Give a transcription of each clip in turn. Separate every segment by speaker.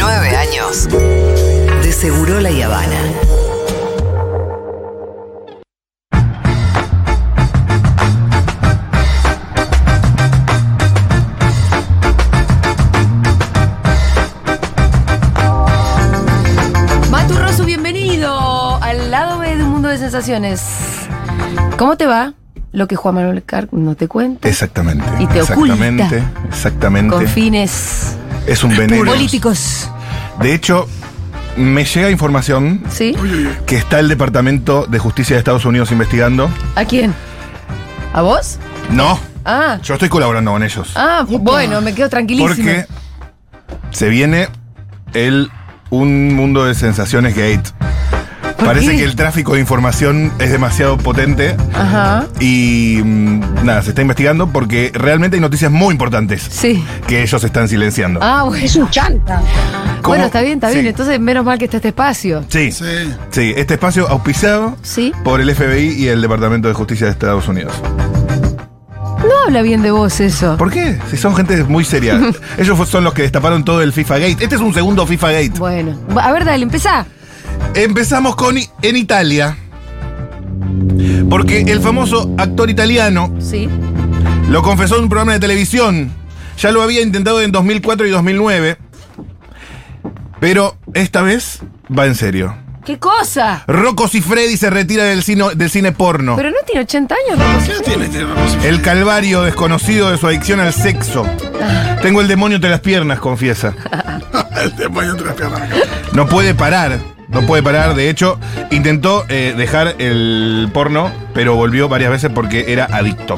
Speaker 1: Nueve años de Segurola y Habana.
Speaker 2: Maturroso, bienvenido al lado B de un mundo de sensaciones. ¿Cómo te va? Lo que Juan Manuel Carr no te cuenta.
Speaker 3: Exactamente.
Speaker 2: Y te
Speaker 3: exactamente,
Speaker 2: oculta.
Speaker 3: exactamente.
Speaker 2: Con fines
Speaker 3: Es un veneno.
Speaker 2: políticos.
Speaker 3: De hecho, me llega información
Speaker 2: ¿Sí?
Speaker 3: que está el Departamento de Justicia de Estados Unidos investigando.
Speaker 2: ¿A quién? ¿A vos?
Speaker 3: No,
Speaker 2: Ah,
Speaker 3: yo estoy colaborando con ellos.
Speaker 2: ah bueno, me quedo tranquilísimo.
Speaker 3: porque se viene el un mundo de sensaciones gate.
Speaker 2: ¿Por
Speaker 3: Parece
Speaker 2: qué?
Speaker 3: que el tráfico de información es demasiado potente
Speaker 2: Ajá.
Speaker 3: y mm, nada, se está investigando porque realmente hay noticias muy importantes
Speaker 2: Sí.
Speaker 3: que ellos están silenciando.
Speaker 2: Ah, bueno.
Speaker 4: Es un chanta.
Speaker 3: ¿Cómo?
Speaker 2: Bueno, está bien, está
Speaker 3: Sí.
Speaker 2: bien. Entonces, menos mal que está este espacio.
Speaker 3: Sí.
Speaker 5: Sí.
Speaker 3: Sí, este espacio auspiciado
Speaker 2: Sí.
Speaker 3: por el FBI y el Departamento de Justicia de Estados Unidos.
Speaker 2: No habla bien de vos eso.
Speaker 3: ¿Por qué? Si son gente muy seria. Ellos fu- son los que destaparon todo el FIFA Gate. Este es un segundo FIFA Gate.
Speaker 2: Bueno, Va, a ver, dale, empezá.
Speaker 3: Empezamos con i- en Italia. Porque el famoso actor italiano
Speaker 2: Sí.
Speaker 3: lo confesó en un programa de televisión. Ya lo había intentado en 2004 y 2009. Pero esta vez va en serio.
Speaker 2: ¿Qué cosa?
Speaker 3: Rocco Siffredi se retira del cine, del cine porno.
Speaker 2: Pero no tiene 80 años. ¿no?
Speaker 5: ¿Qué edad tiene este Ramos?
Speaker 3: El calvario desconocido de su adicción al sexo. Tengo el demonio entre las piernas, confiesa.
Speaker 5: El demonio entre las piernas.
Speaker 3: No puede parar. No puede parar, de hecho, intentó eh, dejar el porno, pero volvió varias veces porque era adicto.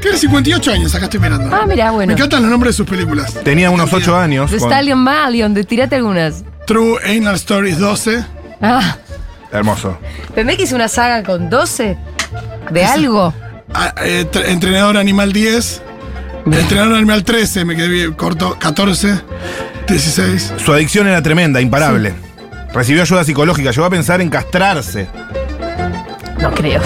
Speaker 5: Tiene 58 años, acá estoy mirando.
Speaker 2: Ah, mirá, bueno.
Speaker 5: Me encantan los nombres de sus películas.
Speaker 3: Tenía unos 8 años.
Speaker 2: The
Speaker 3: cuando-
Speaker 2: Stallion Malion, de tirate algunas.
Speaker 5: True Anal Stories 12.
Speaker 2: Ah,
Speaker 3: Hermoso.
Speaker 2: ¿Pensé que hice una saga con 12? ¿De algo?
Speaker 5: ah, eh, tre- Entrenador Animal 10. Entrenador Animal 13, me quedé bien corto. 14. 16.
Speaker 3: Su adicción era tremenda, imparable. Recibió ayuda psicológica, llegó a pensar en castrarse.
Speaker 2: No creo.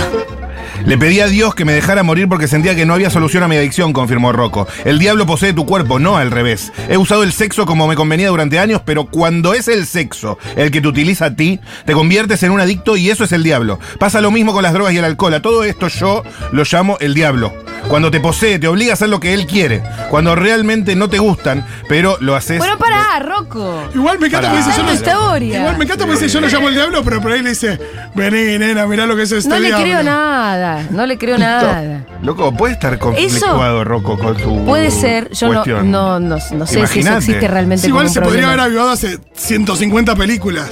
Speaker 3: Le pedí a Dios que me dejara morir porque sentía que no había solución a mi adicción, confirmó Rocco. El diablo posee tu cuerpo, no al revés. He usado el sexo como me convenía durante años, pero cuando es el sexo el que te utiliza a ti, te conviertes en un adicto y eso es el diablo. Pasa lo mismo con las drogas y el alcohol. A todo esto yo lo llamo el diablo. Cuando te posee, te obliga a hacer lo que él quiere. Cuando realmente no te gustan, pero lo haces.
Speaker 2: Bueno, pará, Rocco.
Speaker 5: Igual me encanta porque dice yo
Speaker 2: Tanta
Speaker 5: no.
Speaker 2: historia.
Speaker 5: Igual me encanta porque dice yo lo llamo el diablo, pero por ahí le dice, vení, nena, mirá lo que es este
Speaker 2: No le
Speaker 5: diablo".
Speaker 2: creo nada. No le creo nada.
Speaker 3: Loco, puede estar conflictuado Rocco con su.
Speaker 2: Puede ser, yo no,
Speaker 3: cuestión?
Speaker 2: no, no, no sé si eso
Speaker 3: Imagínate.
Speaker 2: existe realmente.
Speaker 5: Sí, igual
Speaker 2: como un
Speaker 5: se podría haber
Speaker 2: problema.
Speaker 5: avivado hace 150 películas.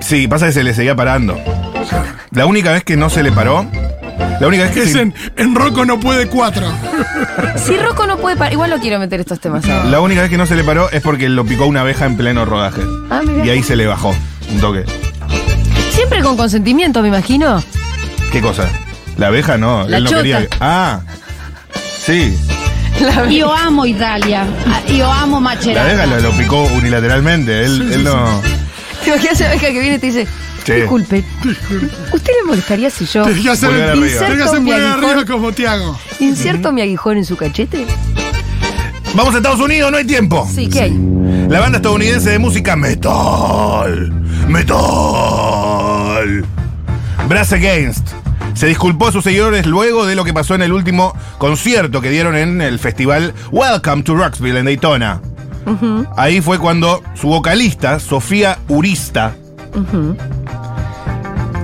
Speaker 3: Sí, pasa que se le seguía parando. La única vez que no se le paró, la única vez
Speaker 5: Que
Speaker 3: que se-
Speaker 5: dicen, en Rocco no puede 4.
Speaker 2: Si Rocco no puede parar, igual no quiero meter estos temas ahora.
Speaker 3: la única vez que no se le paró es porque lo picó una abeja en pleno rodaje.
Speaker 2: Ah, mirá.
Speaker 3: Y ahí se le bajó un toque.
Speaker 2: Siempre con consentimiento, me imagino.
Speaker 3: ¿Qué cosa? La abeja no,
Speaker 2: La
Speaker 3: él no
Speaker 2: chota.
Speaker 3: quería. que- Ah. Sí,
Speaker 2: La vi-
Speaker 4: Yo amo Italia. Ah, Yo amo
Speaker 3: la
Speaker 4: Macerata.
Speaker 3: abeja lo, lo picó unilateralmente, él, él no.
Speaker 2: Te imaginas a la abeja que viene y te dice,
Speaker 3: Sí.
Speaker 2: disculpe, ¿usted le molestaría si yo
Speaker 5: Tenés que hacer,
Speaker 3: Pulgar
Speaker 5: tenés
Speaker 3: arriba.
Speaker 5: que hacer
Speaker 2: Inserto
Speaker 5: pulgar
Speaker 2: mi
Speaker 5: arriba como Tiago.
Speaker 2: inserto mi aguijón en su cachete?
Speaker 3: Vamos a Estados Unidos, no hay tiempo.
Speaker 2: Sí, ¿qué hay?
Speaker 3: La banda estadounidense de música metal. Metal. Brass Against. Se disculpó a sus seguidores luego de lo que pasó en el último concierto que dieron en el festival Welcome to Rocksville en Daytona. Ahí fue cuando su vocalista, Sofía Urista,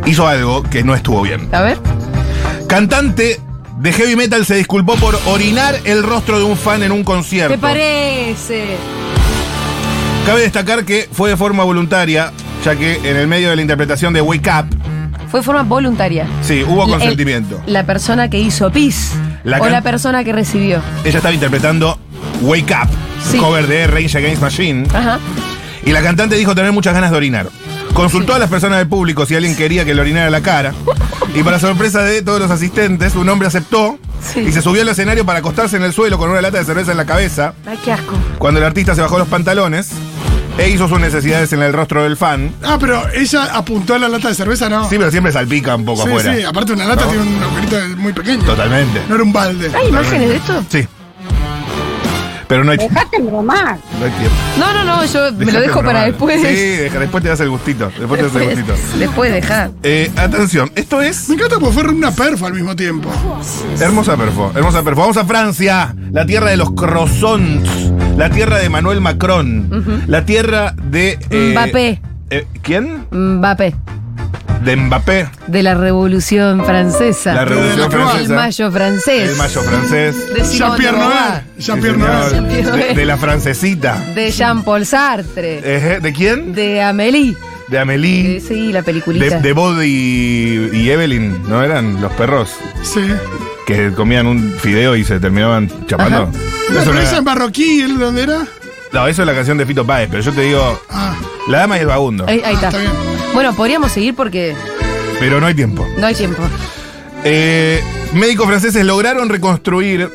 Speaker 3: hizo algo que no estuvo bien.
Speaker 2: A ver.
Speaker 3: Cantante de heavy metal se disculpó por orinar el rostro de un fan en un concierto.
Speaker 2: ¿Te parece?
Speaker 3: Cabe destacar que fue de forma voluntaria, ya que en el medio de la interpretación de Wake Up,
Speaker 2: Fue de forma voluntaria.
Speaker 3: sí, hubo
Speaker 2: El-
Speaker 3: consentimiento.
Speaker 2: la persona que hizo pis
Speaker 3: La
Speaker 2: o
Speaker 3: can-
Speaker 2: la persona que recibió.
Speaker 3: Ella estaba interpretando Wake Up,
Speaker 2: Sí.
Speaker 3: cover de Rage Against Machine,
Speaker 2: Ajá.
Speaker 3: y la cantante dijo tener muchas ganas de orinar. Consultó a las personas del público si alguien quería que le orinara la cara, y para sorpresa de todos los asistentes, un hombre aceptó
Speaker 2: Sí.
Speaker 3: y se subió al escenario para acostarse en el suelo con una lata de cerveza en la cabeza.
Speaker 2: Ay, qué asco.
Speaker 3: Cuando el artista se bajó los pantalones e hizo sus necesidades en el rostro del fan,
Speaker 5: Ah, pero ella apuntó a la lata de cerveza, ¿no?
Speaker 3: sí, pero siempre salpica un poco
Speaker 5: sí,
Speaker 3: afuera.
Speaker 5: sí, aparte una lata
Speaker 3: ¿No?
Speaker 5: tiene un agujerito muy pequeño.
Speaker 3: Totalmente.
Speaker 5: No era un balde.
Speaker 2: ¿Hay imágenes de esto?
Speaker 3: Sí. Pero no hay, no
Speaker 4: Dejate bromar.
Speaker 3: hay tiempo.
Speaker 2: No, no, no, yo me lo
Speaker 3: Déjate
Speaker 2: dejo para
Speaker 3: probar.
Speaker 2: después.
Speaker 3: Sí, deja- después te das el gustito. Después te das el gustito.
Speaker 2: Después, después dejar.
Speaker 3: Eh, atención, esto es
Speaker 5: Me encanta porque fue una perfa al mismo tiempo.
Speaker 3: hermosa perfo, hermosa perfo. Vamos a Francia, la tierra de los croissants, la tierra de Manuel Macron, la tierra de... eh,
Speaker 2: Mbappé.
Speaker 3: eh, ¿Quién?
Speaker 2: Mbappé,
Speaker 3: De Mbappé,
Speaker 2: de la Revolución Francesa.
Speaker 3: la Revolución
Speaker 5: Croix.
Speaker 3: Francesa.
Speaker 2: El mayo francés.
Speaker 3: El mayo francés.
Speaker 2: De Simone
Speaker 5: Jean-Pierre
Speaker 2: de
Speaker 5: Noël.
Speaker 2: Beauvoir,
Speaker 5: Jean-Pierre
Speaker 3: Sí,
Speaker 5: Noël.
Speaker 3: señor.
Speaker 2: Jean-Pierre
Speaker 3: De, de la francesita.
Speaker 2: De Jean-Paul Sartre.
Speaker 3: Ejé, ¿De quién? De,
Speaker 2: De Amélie. Eh,
Speaker 3: Amélie.
Speaker 2: Sí, la
Speaker 3: De,
Speaker 2: peliculita.
Speaker 3: de Bod y, y Evelyn, ¿no eran? Los perros
Speaker 5: Sí.
Speaker 3: que comían un fideo y se terminaban chapando.
Speaker 2: Ajá.
Speaker 5: No,
Speaker 3: Eso
Speaker 5: pero
Speaker 3: no,
Speaker 5: esa
Speaker 3: era-
Speaker 5: en marroquí, ¿él dónde era?
Speaker 3: no, eso es la canción de Fito Páez, pero yo te digo,
Speaker 5: Ah,
Speaker 3: La Dama y el Vagabundo.
Speaker 2: ahí, ahí
Speaker 5: ah,
Speaker 2: está.
Speaker 5: está bien.
Speaker 2: Bueno, podríamos seguir porque
Speaker 3: Pero no hay tiempo.
Speaker 2: no hay tiempo.
Speaker 3: Eh, médicos franceses lograron reconstruir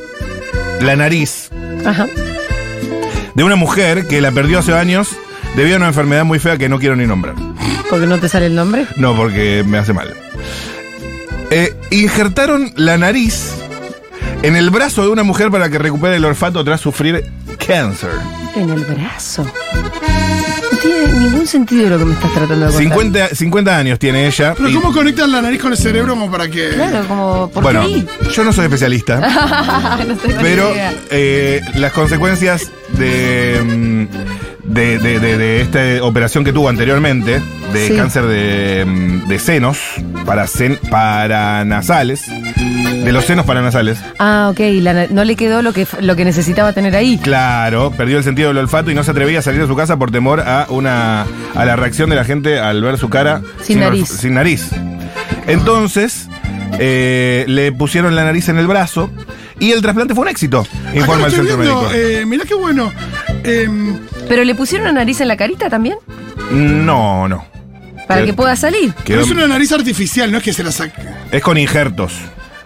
Speaker 3: la nariz
Speaker 2: Ajá.
Speaker 3: de una mujer que la perdió hace años debido a una enfermedad muy fea que no quiero ni nombrar.
Speaker 2: Porque no te sale el nombre.
Speaker 3: No, porque me hace mal. Eh, injertaron la nariz en el brazo de una mujer para que recupere el olfato tras sufrir cáncer.
Speaker 2: En el brazo. No tiene ningún sentido lo que me estás tratando de contar.
Speaker 3: 50, 50 años tiene ella.
Speaker 5: Pero
Speaker 3: y-
Speaker 5: ¿cómo conectan la nariz con el cerebro como para que...
Speaker 2: Claro, como. ¿Por
Speaker 3: bueno,
Speaker 2: qué?
Speaker 3: yo no soy especialista,
Speaker 2: no tengo ni
Speaker 3: pero
Speaker 2: idea.
Speaker 3: eh, las consecuencias de, mm, de, de- de- de esta operación que tuvo anteriormente, de
Speaker 2: Sí.
Speaker 3: cáncer de, mm, de senos para sen- paranasales, de los senos paranasales,
Speaker 2: Ah, ok. la na- no le quedó lo que, lo que necesitaba tener ahí.
Speaker 3: Claro, perdió el sentido del olfato y no se atrevía a salir de su casa por temor a una a la reacción de la gente al ver su cara
Speaker 2: Sin nariz.
Speaker 3: olf- sin nariz. Entonces eh, le pusieron la nariz en el brazo y el trasplante fue un éxito,
Speaker 5: Acá
Speaker 3: informa
Speaker 5: lo
Speaker 3: el
Speaker 5: Ah, estoy
Speaker 3: centro
Speaker 5: viendo.
Speaker 3: médico.
Speaker 5: Eh, mirá qué bueno. Em,
Speaker 2: Pero le pusieron la nariz en la carita también.
Speaker 3: No, no.
Speaker 2: Para
Speaker 3: Pero-
Speaker 2: que pueda salir.
Speaker 5: pero
Speaker 3: Quedó-
Speaker 5: es una nariz artificial, no es que se la saque.
Speaker 3: es con injertos.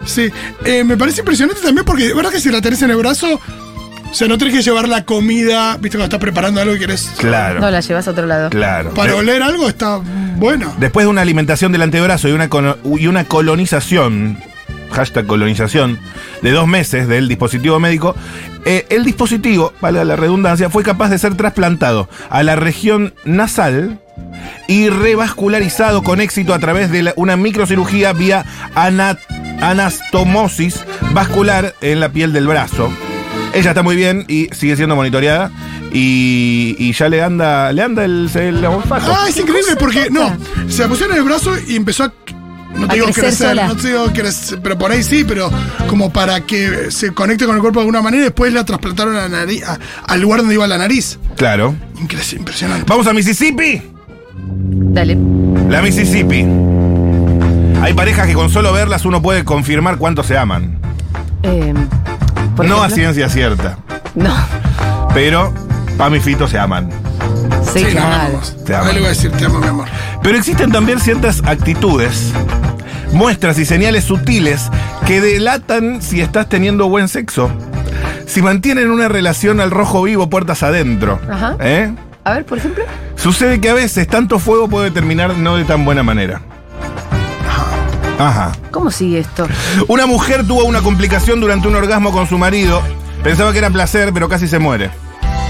Speaker 5: Sí, eh, me parece impresionante también porque, ¿verdad que si la tenés en el brazo, o sea, no tenés que llevar la comida, viste, cuando estás preparando algo y querés.
Speaker 3: Claro.
Speaker 2: No, la llevas a otro lado.
Speaker 3: Claro.
Speaker 5: Para
Speaker 3: De-
Speaker 5: oler algo está bueno.
Speaker 3: Después de una alimentación del antebrazo y una, cono- y una colonización, hashtag colonización, de dos meses del dispositivo médico, eh, el dispositivo, valga la redundancia, fue capaz de ser trasplantado a la región nasal y revascularizado con éxito a través de la- una microcirugía vía ana- anastomosis vascular en la piel del brazo. Ella está muy bien y sigue siendo monitoreada y, y ya le anda, le anda el, el olfato.
Speaker 5: Ah, es increíble porque, no, se la pusieron en el brazo y empezó a. No
Speaker 2: A
Speaker 5: te digo
Speaker 2: crecer
Speaker 5: crecer,
Speaker 2: sola.
Speaker 5: no te digo crecer, pero por ahí sí, pero como para que se conecte con el cuerpo de alguna manera y después la trasplantaron a la nariz, a- al lugar donde iba la nariz.
Speaker 3: Claro.
Speaker 5: Incre- Impresionante.
Speaker 3: Vamos a Mississippi.
Speaker 2: Dale.
Speaker 3: La Mississippi. Hay parejas que con solo verlas uno puede confirmar cuánto se aman.
Speaker 2: Eh,
Speaker 3: No
Speaker 2: por
Speaker 3: a
Speaker 2: ejemplo.
Speaker 3: ciencia cierta,
Speaker 2: No.
Speaker 3: pero Pam y Fito se aman.
Speaker 2: Sí,
Speaker 5: Sí, la
Speaker 2: claro.
Speaker 5: amamos.
Speaker 3: Te
Speaker 5: A
Speaker 3: amo.
Speaker 5: ver, le voy a decir, te amo, mi amor.
Speaker 3: Pero existen también ciertas actitudes, muestras y señales sutiles que delatan si estás teniendo buen sexo. Si mantienen una relación al rojo vivo puertas adentro.
Speaker 2: Ajá.
Speaker 3: ¿eh?
Speaker 2: A ver, por ejemplo.
Speaker 3: Sucede que a veces tanto fuego puede terminar no de tan buena manera. Ajá.
Speaker 2: ¿Cómo sigue esto?
Speaker 3: Una mujer tuvo una complicación durante un orgasmo con su marido. Pensaba que era placer, pero casi se muere.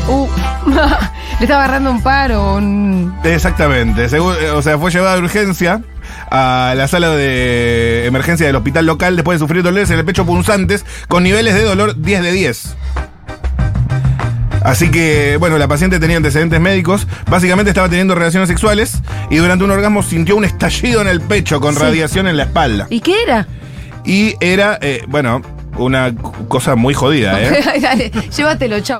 Speaker 2: Uh, le estaba agarrando un paro, un.
Speaker 3: Exactamente. Según- eh, o sea, fue llevada de urgencia a la sala de emergencia del hospital local después de sufrir dolores en el pecho punzantes con niveles de dolor 10 de 10. Así que, bueno, la paciente tenía antecedentes médicos, básicamente estaba teniendo relaciones sexuales y durante un orgasmo sintió un estallido en el pecho con
Speaker 2: Sí.
Speaker 3: radiación en la espalda.
Speaker 2: ¿Y qué era?
Speaker 3: Y era, eh, bueno, una cosa muy jodida, ¿eh?
Speaker 2: Dale, llévatelo, chao.